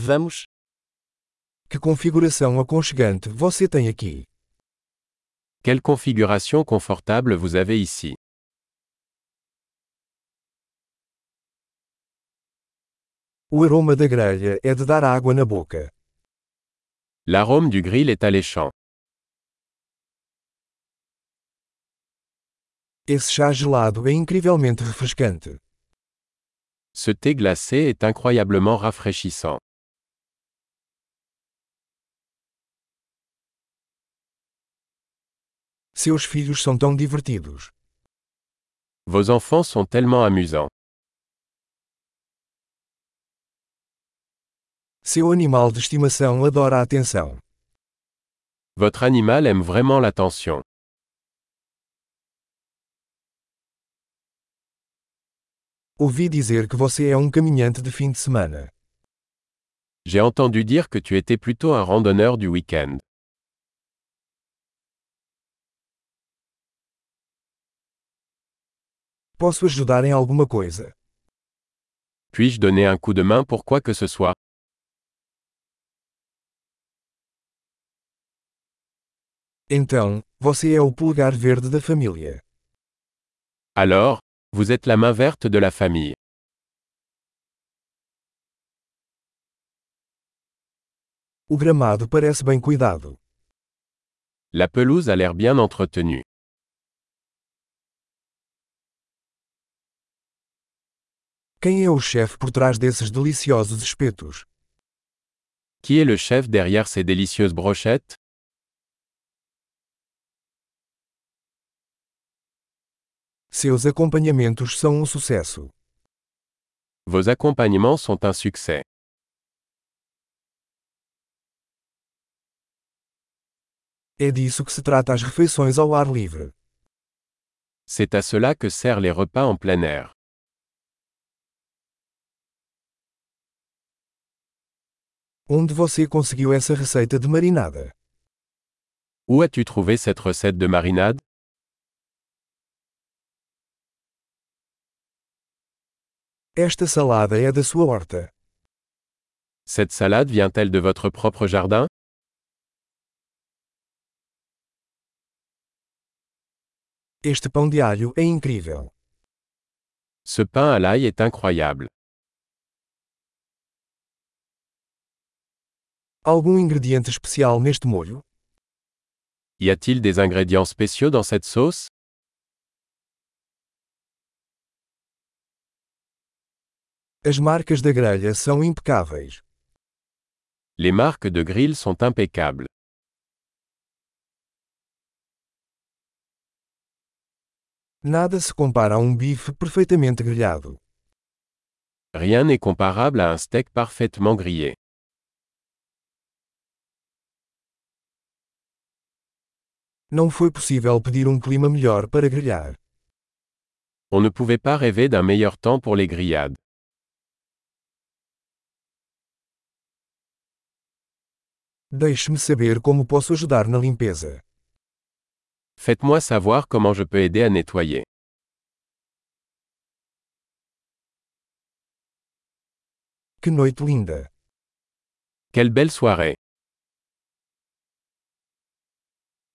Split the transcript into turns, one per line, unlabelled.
Vamos.
Que configuração aconchegante você tem aqui.
Quelle configuration confortable vous avez ici.
O aroma da grelha é de dar água na boca.
L'arôme du grill est alléchant.
Esse chá gelado é incrivelmente refrescante.
Ce thé glacé est incroyablement rafraîchissant.
Seus filhos são tão divertidos.
Vos enfants sont tellement amusants.
Seu animal de estimação adora a atenção.
Votre animal aime vraiment l'attention.
Ouvi dizer que você é um caminhante de fim de semana.
J'ai entendu dire que tu étais plutôt un randonneur du week-end.
Posso ajudar em alguma coisa?
Puis-je donner un coup de main pour quoi que ce soit
Então, você é o pulgar verde da família.
Alors, vous êtes la main verte de la famille.
O gramado parece bem cuidado.
La pelouse a l'air bien entretenue.
Quem é o chefe por trás desses deliciosos espetos?
Qui est le chef derrière ces délicieuses brochettes
Seus acompanhamentos são um sucesso.
Vos accompagnements sont un succès.
É disso que se trata as refeições ao ar livre.
C'est à cela que servent les repas en plein air.
Onde você conseguiu essa receita de marinada?
Où as-tu trouvé cette recette de marinade
Esta salada é da sua horta.
Cette salade vient-elle de votre propre jardin
Este pão de alho é incrível.
Ce pain à l'ail est incroyable.
Algum ingrediente especial neste molho?
Y a-t-il des ingrédients spéciaux dans cette sauce
As marcas da grelha são impecáveis.
Les marques de grill sont impeccables.
Nada se compara a um bife perfeitamente grelhado.
Rien n'est comparable à un steak parfaitement grillé.
Não foi possível pedir um clima melhor para grelhar.
On ne pouvait pas rêver d'un meilleur temps pour les grillades.
Deixe-me saber como posso ajudar na limpeza.
Faites-moi savoir comment je peux aider à nettoyer.
Que noite linda!
Quelle belle soirée